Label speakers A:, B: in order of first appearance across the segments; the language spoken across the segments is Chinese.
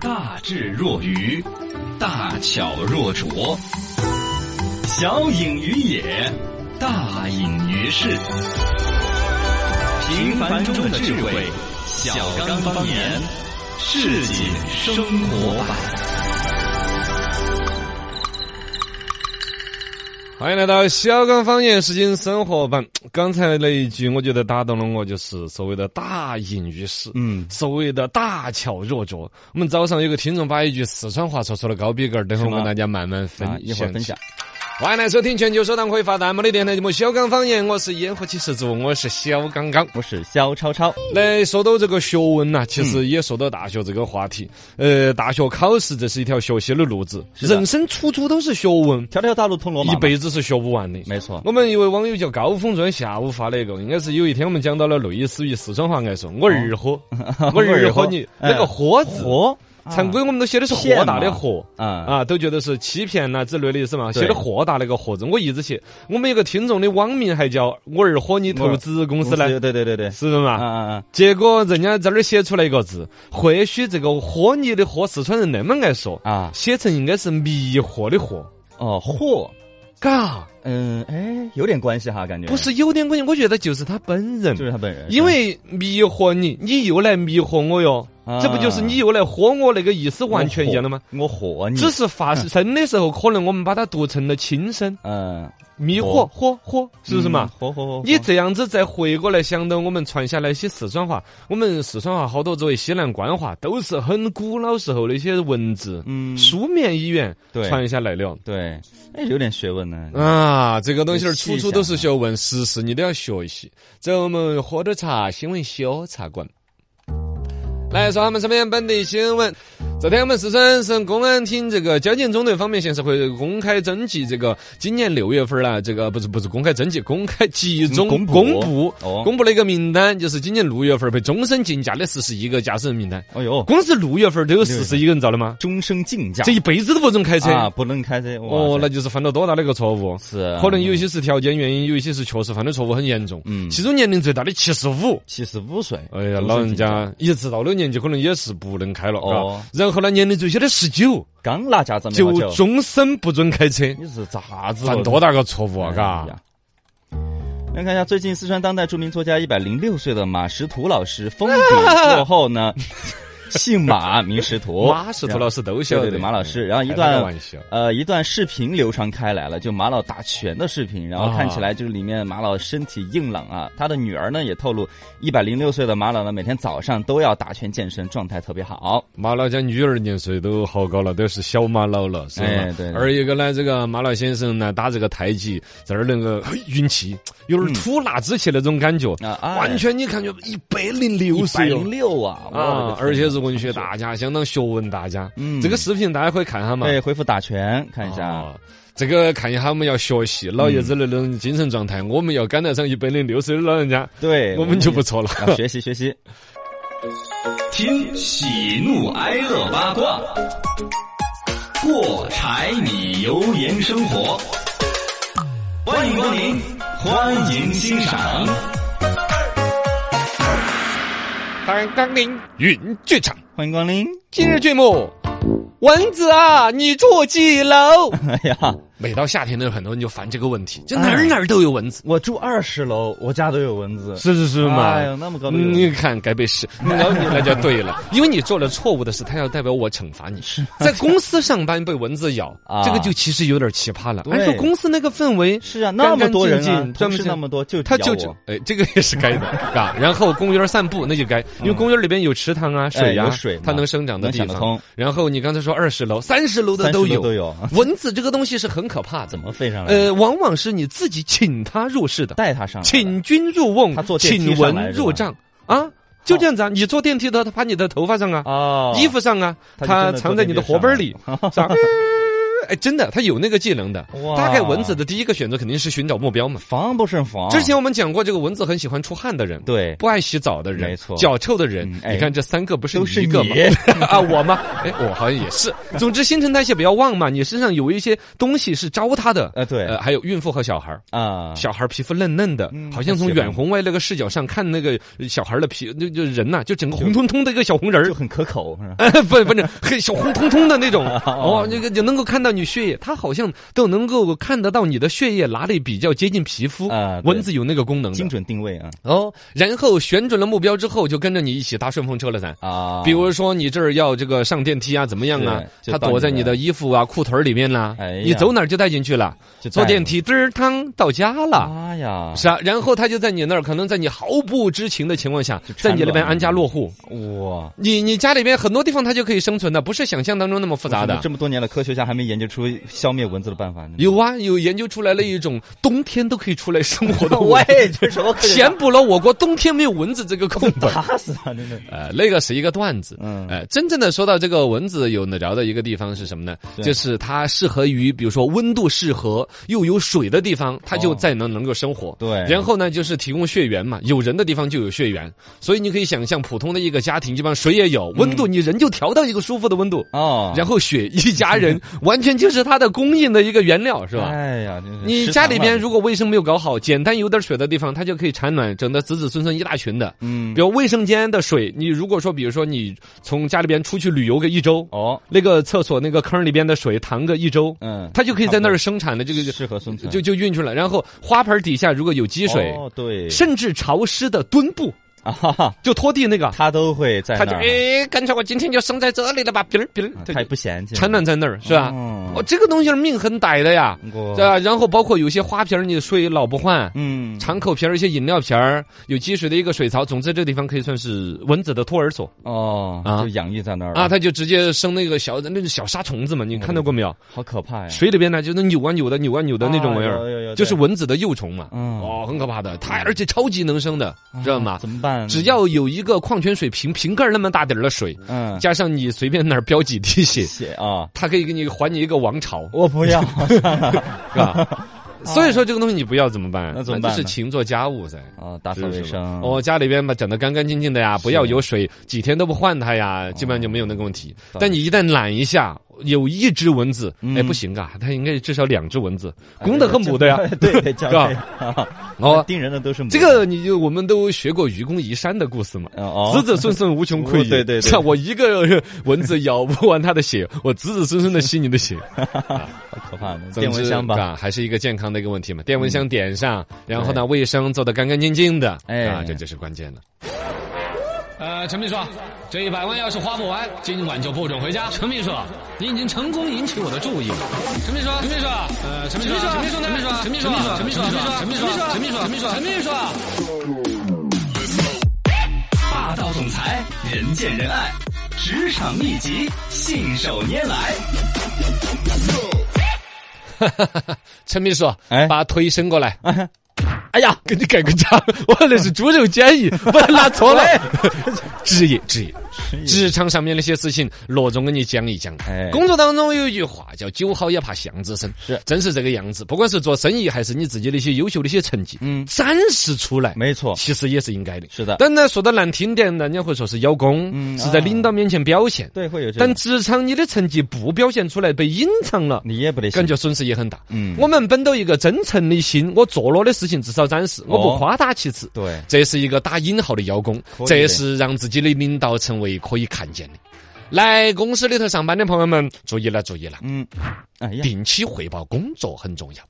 A: 大智若愚，大巧若拙，小隐于野，大隐于市。平凡中的智慧，小刚方言，市井生活版。
B: 欢迎来到小刚方言市井生活版。刚才那一句，我觉得打动了我，就是所谓的大隐于市，
A: 嗯，
B: 所谓的大巧若拙。我们早上有个听众把一句四川话说出了高逼格儿，等会儿我跟大家慢慢分
A: 啊，一会儿分享。
B: 享起。欢迎来收听全球首档可以发弹幕的电台节目《小刚方言》，我是烟火气十足，我是小刚刚。
A: 我是肖超超，
B: 来说到这个学问
A: 嗯
B: 呐、其实也说到大学这个话题。呃，大学考试这是一条学习的路子，
A: 的啊
B: 人生处处都是学问，
A: 条条大路通罗马
B: 一
A: 嘛，
B: 辈子是学不完的。
A: 没错，
B: 我们一位网友叫高峰，昨天下午发了一个，应该是有一天我们讲到了类似于四川话爱说，我
A: 哦
B: 二豁，我二豁你
A: 哎
B: 那个豁字，
A: 活
B: 常规我们都写的是
A: 哦骗
B: 豁达的
A: 嘛
B: 豁。
A: 啊，
B: 啊，都觉得是欺骗呐、之类的意思嘛，
A: 对
B: 写的豁达那个豁字，我一直写。我们有个听众的网名还叫“我二豁你投资公司”呢，
A: 对对对对对，
B: 是不是嘛？
A: 啊啊啊，
B: 结果人家这儿写出来一个字，或许这个“豁你”的“豁”，四川人那么爱说，
A: 啊，
B: 写成应该是“迷惑”的“惑
A: 哦，货，”，
B: 嘎，
A: 嗯，哎，有点关系哈，感觉
B: 不，是有点关系，我觉得就是他本人，
A: 就是他本人，
B: 因为迷惑你，你又来迷惑我哟，
A: 啊
B: 这不就是你又来豁我那个意思完全一样的吗？
A: 我火你，
B: 只是发生的时候，可能我们把它读成了轻声，
A: 嗯，
B: 迷惑豁豁，是不是嘛？
A: 嗯？火火火，
B: 你这样子再回过来想到我们传下来一些四川话，我们四川话好多作为西南官话，都是很古老时候的一些文字、
A: 嗯，
B: 书面语言
A: 对
B: 传下来哦了。
A: 对，哎，有点学问呢。
B: 啊，这个东西儿处处都
A: 你
B: 是学问，时事你都要学习。走，我们喝点茶，新闻小茶馆。来说他们身边本地新闻。昨天我们四川省公安厅这个交警中队方面现是会公开征集这个今年六月份儿啊，这个不是不是公开征集，公开集
A: 嗯
B: 中
A: 公布
B: 公布
A: 哦
B: 公布了一个名单，就是今年六月份儿被终身禁驾的四十一个驾驶人名单。
A: 哎呦，
B: 光是六月份儿都有四十一个人遭的吗？
A: 终生禁驾
B: 这一辈子都不准开车。
A: 啊，不能开车。哇
B: 哦，
A: 塞
B: 那就是犯了多大的一个错误！
A: 是啊
B: 可能有一些是条件原因，有一些是确实犯的错误很严重。
A: 嗯
B: 其中年龄最大的七十五。
A: 七十五岁，
B: 哎呀，
A: 终身
B: 老人
A: 禁驾
B: 家一直到了年纪，可能也是不能开了，
A: 哦
B: 嘎。然后呢，年龄最小的十九，
A: 刚拿驾照没多
B: 就
A: 久，
B: 终身不准开车，
A: 你是咋子了？
B: 犯多大个错误啊，嘎
A: 哎！呀来看一下，最近四川当代著名作家一百零六岁的马识途老师封笔过后 呢，姓马名识途，
B: 马石头老师都晓
A: 哦对对
B: 得哎
A: 对，马老师，然后一
B: 开了个
A: 段
B: 玩笑。
A: 呃一段视频流传开来了，就马老打拳的视频，然后
B: 啊
A: 看起来就是里面马老身体硬朗啊。他的女儿呢也透露，一百零六岁的马老呢每天早上都要打拳健身，状态特别好。
B: 马老家女儿年岁都好高了，都是小马老了，是吧？
A: 哎对对
B: 而一个呢，这个马老先生呢，打这个太极，在那儿那个嘿运气，有点儿吐纳之气那种感觉，
A: 啊嗯哎
B: 完全你感觉一百零六
A: 一百
B: 岁哦哟
A: 零六啊，我的
B: 啊，
A: 天
B: 而且是文学大家，相当学问大家。
A: 嗯
B: 这个视频大家可以看下嘛。
A: 对，回复打拳哎看一下，
B: 啊，这个看一下，我们要学习老爷子的那种精神状态，我们要赶得上一百零六岁的老人家，
A: 对，
B: 我们就不错了。
A: 要学习学习。
C: 听喜怒哀乐八卦，过柴米油盐生活。欢迎光临，欢迎欣赏。
B: 当当林云剧场，
A: 欢迎光临。
B: 今日剧目：嗯蚊子啊，你住几楼？
A: 哎呀，
B: 每到夏天的时候，很多人就烦这个问题，就哪儿哪儿都有蚊子。
A: 我住二十楼，我家都有蚊子。
B: 是是是
A: 哎呦，那么高的蚊子
B: 你看该被是，然后你那就 对了，因为你做了错误的事，他要代表我惩罚你。在公司上班被蚊子咬
A: 啊，
B: 这个就其实有点奇葩了。哎
A: 对
B: 按说公司那个氛围，
A: 是啊，
B: 干
A: 那
B: 干
A: 么多人
B: 净
A: 啊
B: 净，
A: 同
B: 专
A: 事
B: 门
A: 那么多，就
B: 他
A: 咬
B: 就
A: 我
B: 哎，这个也是该 的，嘎。然后公园散步那就该，因为公园里边有池塘啊、水
A: 嗯哎有
B: 啊
A: 水嘛，
B: 它能生长的
A: 能
B: 地
A: 想得
B: 方
A: 通。
B: 然后你刚才说二十楼、三十楼的
A: 三十
B: 都
A: 楼
B: 有
A: 都。 有，哎
B: 蚊子这个东西是很可怕的
A: 怎，么飞上来？
B: 呃，往往是你自己请它入室的。
A: 带他上来，
B: 请君入瓮
A: 啊他坐，电梯
B: 请
A: 上来
B: 蚊
A: 是吧
B: 入帐啊，就这样子啊！你坐电梯的，他爬你的头发上啊，
A: 哦，
B: 衣服上啊，
A: 他就真的
B: 他藏在你的荷包里，是吧？ 哎，真的，他有那个技能的。
A: 哇
B: 大概蚊子的第一个选择肯定是寻找目标嘛。
A: 防不胜防。
B: 之前我们讲过，这个蚊子很喜欢出汗的人，
A: 哦对
B: 不爱洗澡的人，
A: 没错
B: 脚臭的人。
A: 嗯哎
B: 你看这三个不是
A: 都是
B: 一个吗
A: 你？
B: 啊，我吗？哎，我好像也是。总之，新陈代谢不要旺嘛，你身上有一些东西是糟蹋的。
A: 呃对
B: 呃，还有孕妇和小孩儿。
A: 啊，
B: 小孩儿皮肤嫩嫩的，
A: 嗯
B: 好像从远红外那个视角上看那个呃小孩儿的皮，就就人呐、就整个红彤彤的一个小红人
A: 就
B: 儿，
A: 很可口，是吧
B: 哎， 不不是黑小红彤彤的那 种，哦，那个就能够看到你血液，它好像都能够看得到你的血液哪里比较接近皮肤
A: 啊对
B: 蚊子有那个功能
A: 精
B: 的
A: 准定位啊
B: 哦，然后选准了目标之后，就跟着你一起搭顺风车了噻。
A: 啊，
B: 比如说你这儿要这个上电梯啊，怎么样啊？
A: 是就
B: 它
A: 到
B: 躲在
A: 你
B: 你
A: 的
B: 的衣服啊、裤腿儿里面啦、
A: 哎呀哎
B: 你走哪儿就带进去了。
A: 就
B: 坐
A: 带
B: 电梯，嘚儿汤到家了。
A: 妈呀，
B: 是啊，然后他就在你那儿，可能在你毫不知情的情况下
A: 就，
B: 在
A: 产
B: 你那边
A: 卵
B: 安家落户。
A: 哇，
B: 你你家里边很多地方它就可以生存的，不是想象当中那么复杂
A: 为什么
B: 的
A: 啊这。么多年了，科学家还没研究出消灭蚊子的办法呢。
B: 有啊，有研究出来了一种冬天都可以出来生 活的蚊
A: 喂
B: 子，，
A: 这什么科学家
B: 填补了我国冬天没有蚊子这个空 白。
A: 打死他，真的。
B: 呃，那个是一个段子。
A: 嗯
B: 呃，真正的说到这个蚊子，有的聊的一个地方是什么呢？
A: 对
B: 就是它适合于，比如说温度适合又有水的地方，它
A: 哦
B: 就在能能够生活。
A: 对
B: 然后呢，就是提供血源嘛，有人的地方就有血源，所以你可以想象，普通的一个家庭，基本上水也有，温度你人就调到一个舒服的温度，
A: 哦，
B: 然后血一家 人完全就是它的供应的一个原料，是吧？
A: 哎呀，真是
B: 你
A: 食
B: 家
A: 堂
B: 里
A: 嘛
B: 边如果卫生没有搞好，简单有点水的地方，它就可以产卵，整得子子孙孙一大群的。
A: 嗯
B: 比如卫生间的水，你如果说，比如说你从家里边出去旅游个一周，
A: 哦，
B: 那个厕所那个坑里边的水淌个一周，
A: 嗯，
B: 它就可以在那儿生产的这个就
A: 适合生存，
B: 就就运出来。然后花盆底下如果有积水，
A: 哦，对，
B: 甚至潮湿的墩布，
A: 啊哈哈，
B: 就拖地那个，
A: 他都会在
B: 它就
A: 那儿，
B: 哎，干脆我今天就生在这里了吧，哔儿哔
A: 啊
B: 儿，
A: 他也不嫌弃，
B: 产卵在那儿是吧？
A: 嗯
B: 哦，这个东西儿命很歹的呀，
A: 我
B: 对吧？然后包括有些花瓶儿你水老不换，
A: 嗯，
B: 敞口瓶儿、一些饮料瓶儿、有积水的一个水槽，总之这地方可以算是蚊子的托儿所
A: 哦，
B: 啊
A: 就养育在那儿嗯了
B: 啊！，它就直接生那个小那个小沙虫子嘛，你看到过没有？
A: 好可怕呀，
B: 水里边呢，就那扭啊扭的、扭啊扭的那种玩意
A: 哎啊有有
B: 儿，
A: 有
B: 就是
A: 对
B: 蚊子的幼虫嘛。
A: 嗯
B: 哦，很可怕的，它而且超级能生的，知道吗
A: 啊？怎么办？
B: 只要有一个矿泉水瓶瓶盖儿那么大点儿的水，
A: 嗯
B: 加上你随便哪儿飙几滴血，
A: 血啊，
B: 它可以给你还你一个 王朝，
A: 我不要，
B: 是吧？所以说这个东西你不要怎么办？
A: 哦那怎么办呢
B: 就是勤做家务噻。
A: 啊，打扫
B: 是
A: 卫
B: 是吧
A: 生，
B: 哦，家里边嘛整得干干净净的呀，不要有水，几天都不换它呀，
A: 哦
B: 基本上就没有那个问题。
A: 嗯
B: 但你一旦懒一下，有一只蚊子，哎，不行啊，它应该至少两只蚊子，
A: 哎
B: 公的和母 的呀。
A: 对对，交
B: 吧
A: 配 啊
B: 哦，
A: 盯人的都是母
B: 这
A: 的
B: 个你就我们都学过愚公移山的故事嘛。
A: 嗯哦，
B: 子子孙孙无穷匮也，
A: 哦对对对
B: 像我一个蚊子咬不完它的血， 我子子孙孙的吸你的血。
A: 好可怕的
B: 总
A: 电蚊
B: 之
A: 香吧，嗯
B: 啊，还是一个健康的一个问题嘛。电蚊香点上，然后呢，卫生做得干干净净的，
A: 哎
B: 啊，这就是关键了。呃，陈秘书，这一百万要是花不完，今晚就不准回家。陈秘书，你已经成功引起我的注意了。陈秘书，陈秘书，呃，陈秘书，陈秘书，陈秘书，陈秘书，陈秘书，陈秘书，陈秘书，陈秘书，
C: 霸道总裁，人见人爱，职场秘籍，信手拈来。
B: 陈秘书，
A: 哎
B: 把腿伸过来，
A: 哎呀，
B: 给你改个章。我那是猪肉建议，不然拿错
A: 哎
B: 了。职业，职业。职场上面那些事情，罗总跟你讲一讲。
A: 哎
B: 工作当中有一句话叫“酒好也怕巷子深”，
A: 是
B: 真是这个样子。不管是做生意，还是你自己的一些优秀的一些成绩，
A: 嗯
B: 展示出来，
A: 没错，
B: 其实也是应该的。
A: 是的，
B: 当然，说的难听点，人家会说是邀功，
A: 嗯
B: 是在
A: 啊
B: 领导面前表现。
A: 对，会有这
B: 但
A: 种，
B: 职场你的成绩不表现出来，被隐藏了，
A: 你也不得行
B: 感觉损失也很大。
A: 嗯
B: 我们本着一个真诚的心，我做了的事情至少展示，我不
A: 哦
B: 夸大其词。
A: 对，
B: 这是一个打引号的邀功
A: 可，以
B: 这
A: 的
B: 是让自己的领导成为可以看见的。来公司里头上班的朋友们，注意了，注意了，
A: 嗯，哎呀，
B: 定期汇报工作很重要。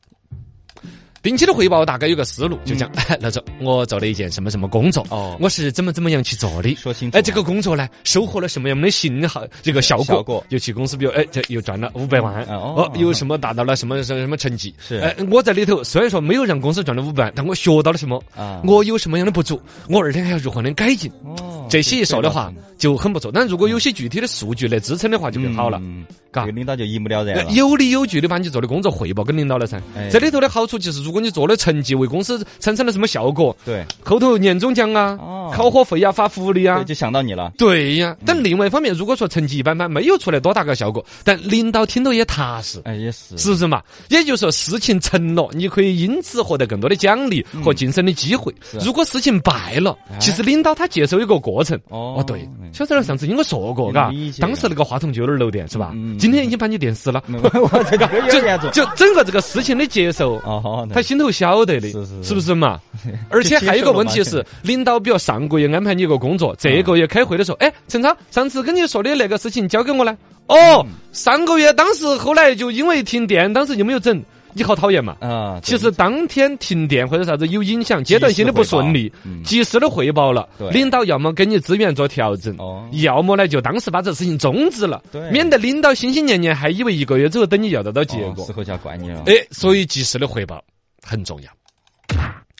B: 定期的汇报大概有个思路，就讲， 老周，我做了一件什么什么工作，
A: 嗯哦
B: 我是怎么怎么样去做的，
A: 说清楚嗯
B: 哎，这个工作呢，收获了什么样的信号？这个效果，
A: 效果
B: 尤其公司，比如，哎，这又赚了五百万，
A: 嗯
B: 哦
A: 哦，
B: 有什么达到了什么什么什么成绩？
A: 是
B: 哎，我在里头虽然说没有让公司赚了五百万，但我学到了什么？
A: 啊，
B: 我有什么样的不足，我二天还要如何能改进？
A: 哦
B: 这些一说的话
A: 这个
B: 就很不错，但如果有些具体的数据来支撑的话，就更好了。
A: 嗯，
B: 嘎
A: 这个领导就一目了然
B: 呃
A: 了，
B: 有理有据的把你做的工作汇报给领导了噻
A: 哎。
B: 这里头的好处就是，如如果你做的成绩为公司产生了什么效果，
A: 对
B: 后头年终奖啊、
A: 哦
B: 烤火费呀、发福利啊
A: 对，，就嗯想到你了。
B: 对呀。但另外一方面，如果说成绩一般般，没有出来多大个效果，但领导听到也踏实。
A: 哎，也是，
B: 是不是嘛？也就是说，事情成了，你可以因此获得更多的奖励
A: 嗯
B: 和晋升的机会。
A: 啊
B: 如果事情败了，其实领导他接受一个过程。
A: 哎哦
B: 哦，对
A: 嗯，
B: 小三上次应该说过，嘎
A: 理，解
B: 当时那个话筒就有点漏电，是吧
A: 嗯嗯？嗯
B: 今天已经把你电死了，
A: 没有我这个有点严重
B: 就。就整个这个事情的接受。
A: 哦，
B: 他心头晓得的，
A: 是是是
B: 不是 嘛？而且还有一个问题是，领导比如上个月安排你一个工作，这个月开会的时
A: 嗯
B: 候，哎，陈超，上次跟你说的那个事情交给我呢。哦，上个月当时后来就因为停电，当时就没有整，你好讨厌嘛。
A: 啊，
B: 其实当天停电或者啥子有影响，阶段性的不顺
A: 汇
B: 利
A: 报嗯，
B: 及时的汇报了
A: 对，
B: 领导要么给你资源做调整
A: 哦，
B: 要么呢就当时把这事情终止了
A: 对，
B: 免得领导心心念念还以为一个月之后等你要得到结
A: 哦
B: 果
A: 事。后就要怪你了。
B: 哎，所以及时的汇报很重要。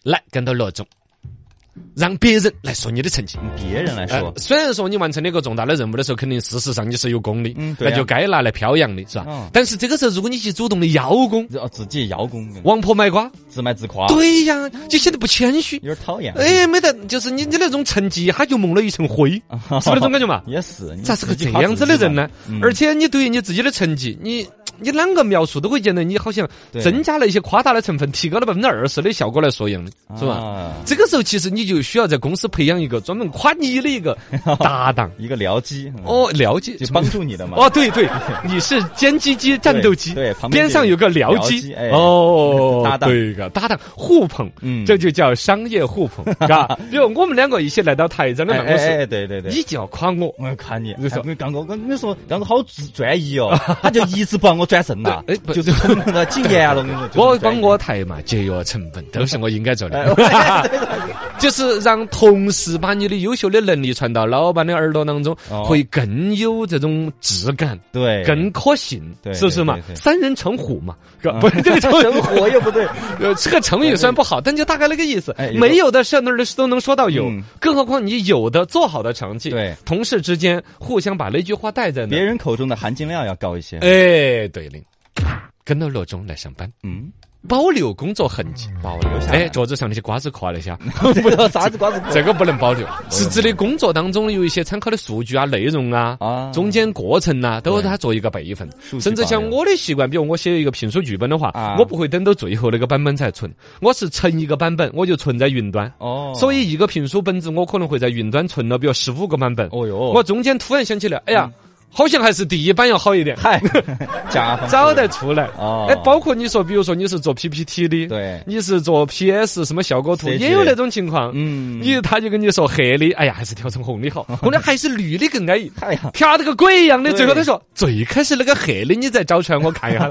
B: 来，跟到罗总，让别人来说你的成绩。
A: 别人来
B: 呃
A: 说，
B: 虽然说你完成了一个重大的任务的时候，肯定事实上你是有功的，
A: 嗯对
B: 那
A: 呀
B: 就该拿来表扬的，是吧？
A: 嗯
B: 但是这个时候，如果你去主动的邀功，
A: 哦，自己邀功，
B: 王婆卖瓜，
A: 自卖自夸，
B: 对呀，就显得不谦虚。
A: 有点讨厌。
B: 哎，没得，就是你你那种成绩，他就蒙了一层灰，
A: 啊
B: 是不是那种感觉嘛？
A: 也是，你
B: 咋是个
A: 自
B: 这
A: 己夸
B: 样子的人呢
A: 自己嘛？嗯
B: 而且你对于你自己的成绩，你你啷个描述都会觉得你好像
A: 对
B: 增加了一些夸大的成分，提高了百分之二十的效果来说一样的，
A: 自己嘛？
B: 是吧？
A: 啊
B: 这个时候其实你就需要在公司培养一个专门夸你的一个搭档
A: 一个僚机，嗯，
B: 哦，了解
A: 就帮助你的嘛。
B: 哦，对 对，你是歼击机、战斗机，
A: 对旁边
B: 边上有个僚
A: 僚
B: 机
A: 机，哎
B: 哦，
A: 搭档
B: 对个搭档互捧，
A: 嗯
B: 这就叫商业互捧， 嘎。比如我们两个一起来到台长的
A: 哎，
B: 办公
A: 哎
B: 室，
A: 哎，对对对。
B: 你就要夸我，
A: 我要看你，
B: 你说
A: 哎刚哥，我跟你说，刚哥好专一 哦，他就一直帮我转正呐，
B: 对哎不
A: 就是从那个谨严了，我跟你啊说，就是哎
B: 我
A: 专
B: 帮
A: 一
B: 我台嘛，节约成本都是我应该做的， 就是让同事把你的优秀的能力传到老板的耳朵当中，
A: 哦
B: 会更有这种质感。
A: 对
B: 更可信，
A: 对
B: 是不是嘛
A: 对对？对嗯
B: 三人成虎嘛，是吧？不是这个成
A: 生活又不对，
B: 呃，这个成语虽然不好，但就大概那个意思
A: 哎。有
B: 没有的事儿那儿都能说到有
A: 嗯，
B: 更何况你有的做好的成绩，
A: 对
B: 同事之间互相把那句话带在那
A: 别
B: 儿。
A: 人口中的含金量要高一些。
B: 哎，对的，跟到落钟来上班，
A: 嗯，
B: 保留工作痕迹，
A: 保留下来
B: 哎，，桌子上那些瓜子壳那些啊，
A: 不知道啥子瓜子壳
B: 这个不能 保留，是指的工作当中有一些参考的数据啊、内容啊。
A: 啊，
B: 中间过程呐、都
A: 对
B: 它做一个备份
A: 数，据
B: 甚至像
A: 保留
B: 我的习惯，比如我写一个评书剧本的话，
A: 啊
B: 我不会等到最后那个版本才存，我是成一个版本我就存在云端。
A: 哦，
B: 所以一个评书本子，我可能会在云端存了，比如十五个版本。
A: 哦哟嗯
B: 我中间突然想起来，哎呀，好像还是第一版要好一 点，
A: 嗨，甲方
B: 找得出来。
A: 哦
B: 哎，包括你说，比如说你是做 PPT 的，
A: 对
B: 你是做 PS 什么效果图，
A: 设计
B: 也有那种情况。
A: 嗯
B: 你他就跟你说黑的，哎呀，还是调成红的 好，红的还是绿的更安逸。
A: 哎呀，
B: 调得个鬼一样的，
A: 对
B: 最后他说最开始那个黑的，你再找出来我看 一下，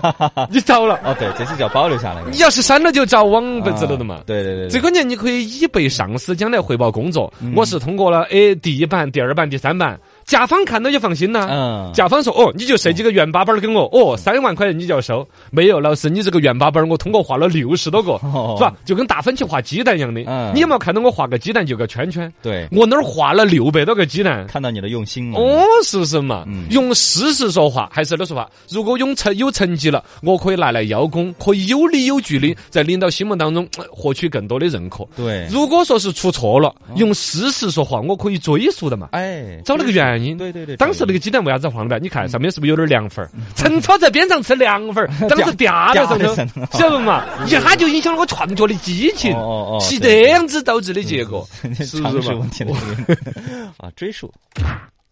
B: 你找了，
A: 哦对，这是叫保留下来的
B: 你，要是删了就找网本子了的嘛
A: 啊。对对对，
B: 最
A: 对
B: 关键，你可以以备上司将来汇报工作。
A: 嗯
B: 我是通过了 A 第一版、第二版、第三版，甲方看到就放心了。
A: 嗯
B: 甲方说：“哦，你就设计个原八板儿给我，哦，三万块钱你就要收。没有，老师，你这个原八板儿我通过画了六十多个，
A: 哦
B: 是吧？就跟打分去画鸡蛋一样的。
A: 嗯
B: 你有没有看到我画个鸡蛋有个圈圈？
A: 对，
B: 我那儿画了六百多个鸡蛋。”
A: 看到你的用心了，啊
B: 哦，是不是嘛？
A: 嗯
B: 用事实说话还是那说法。如果用成有成绩了，我可以拿来邀功，可以有理有据的在领导心目当中呃获取更多的认可。
A: 对，哦
B: 如果说是出错了，用事实说话，我可以追溯的嘛。
A: 哎，
B: 找那个原因，
A: 对对嗯对
B: 当时那个鸡蛋为啥子黄的？你看上面是不是有点凉粉儿？陈超在边上吃凉 粉儿，当时掉在上头
A: 掉在上 头，
B: 晓 得嘛？一下就影响了我创作的激情
A: 哦哦哦，
B: 是
A: 对嗯
B: 这样子导致的结果，是
A: 常
B: 不
A: 识
B: 是
A: 问
B: 嘛？
A: 题的原因啊，追溯，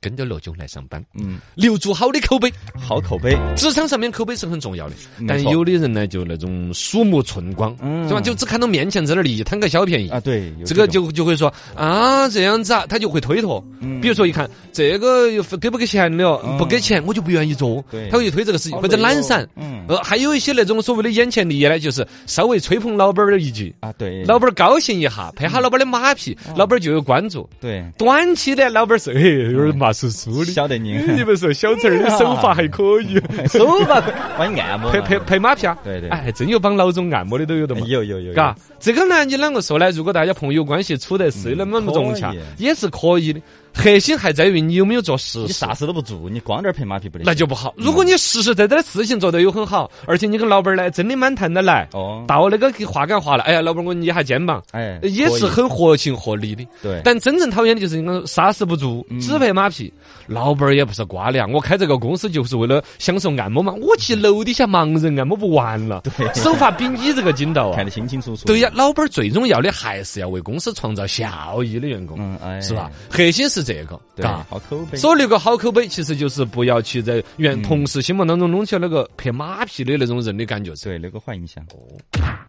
B: 跟着罗总来上班，
A: 嗯，
B: 留住好的口碑。
A: 好口碑，
B: 职场上面口碑是很重要的，但
A: 没错
B: 有的人呢，就那种鼠目寸光，
A: 嗯
B: 是吧？就只看到面前这点利益，贪个小便宜
A: 啊，。对，有
B: 这个
A: 种
B: 就就会说啊，这样子啊，他就会推脱。
A: 嗯
B: 比如说，一看这个又给不给钱了，
A: 嗯
B: 不给钱我就不愿意做
A: 对，
B: 他会去推这个事情，
A: 好
B: 或者
A: 累哦
B: 懒散。
A: 嗯
B: 呃，还有一些那种所谓的眼前利益呢，就是稍微吹捧老板儿一句，
A: 啊，对，嗯
B: 老板儿高兴一下，拍下老板儿的马屁，老板儿就有关注。
A: 对，
B: 短期呢，老板儿是嘿有点麻酥酥的。
A: 晓得 您，
B: 你们说小陈儿的手法还可以，
A: 哎手吧，帮你按摩
B: 拍
A: 嘛，
B: 拍拍马屁啊！
A: 对对
B: 哎，还真有帮老总按摩的都有的嘛。
A: 有有有，
B: 嘎，这个呢，你啷个说呢？如果大家朋友关系处得是那么融洽
A: 可以，啊
B: 也是可以的。核心还在于你有没有做实
A: 你
B: 事
A: 啥。事都不做，你光这儿拍马屁不得行？
B: 那就不好。如果你实实在在的事情做得又很好，而且你跟老板儿呢真的蛮谈得来，
A: 哦，
B: 到那个话赶话了，哎呀，老板儿我捏下肩膀，
A: 哎，
B: 也是
A: 所以
B: 很合情合理的。
A: 对，嗯
B: 但真正讨厌的就是那种杀死不足、只拍马屁。老板儿也不是瓜粮，我开这个公司就是为了享受按摩嘛。我去楼底下盲人按摩不完了，手法比你这个精到啊
A: 看得！清清楚楚。
B: 对呀，，老板儿最重要的还是要为公司创造效益的员工，
A: 嗯，哎，
B: 是吧？？核心是这个，
A: 对，
B: 嘎。
A: 好抠呗。
B: 所以那个好口碑，其实就是不要去在
A: 嗯
B: 原同事心目当中弄起那个拍马屁的那种人的感觉，这
A: 对，留个坏印象。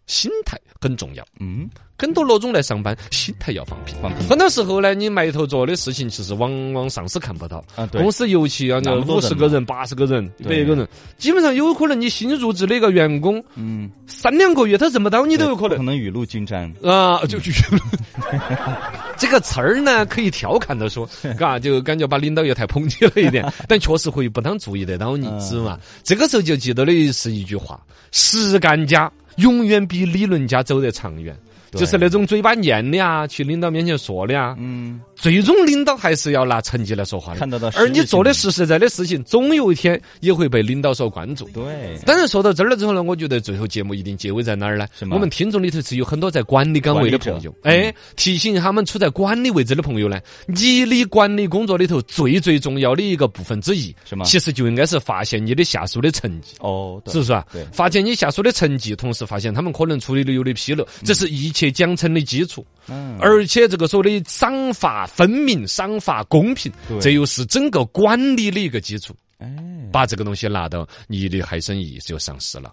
B: 心态很重要。
A: 嗯，
B: 很多老总来上班，心态要放平。
A: 放屁
B: 很多时候呢，你埋头做的事情，其实往往上司看不到。
A: 啊，对
B: 公，司尤其啊，
A: 那么多
B: 五
A: 人
B: 十
A: 嘛
B: 个人、八十个人、一百
A: 对
B: 个人，基本上有可能你新入职的一个员工，
A: 嗯，
B: 三两个月他认不到你都有
A: 不
B: 可
A: 可
B: 能
A: 能雨露均沾。
B: 啊，就就 这个词儿呢，可以调侃的 说，嘎，就感觉把领导又太捧起了一点，但确实会不当注意得到你，
A: 嗯
B: 知嘛？这个时候就记得的是一句话：实干家永远比理论家走得长远。
A: 对
B: 就是那种嘴巴念的啊，去领导面前说的啊，
A: 嗯，
B: 最终领导还是要拿成绩来说话的。
A: 看得到实质性
B: 而你做的实实在在的事情，总有一天也会被领导所关注。
A: 对，
B: 当然，说到这儿了之后呢，我觉得最后节目一定结尾在哪儿呢
A: 是？吗
B: 我们听众里头是有很多在管理岗位的朋友，
A: 管理者嗯
B: 哎，提醒他们处在管理位置的朋友呢，你的管理工作里头最最重要的一个部分之一，
A: 是吗
B: 其实就应该是发现你的下属的成绩。
A: 哦，对
B: 是不是啊
A: 对？
B: 发现你下属的成绩，同时发现他们可能处理的有的纰漏，这是一切奖惩的基础。
A: 嗯，
B: 而且这个所谓的赏罚分明、赏罚公平，
A: 对
B: 这又是整个管理的一个基础。
A: 哎，
B: 把这个东西拿到你的海参意就上市了。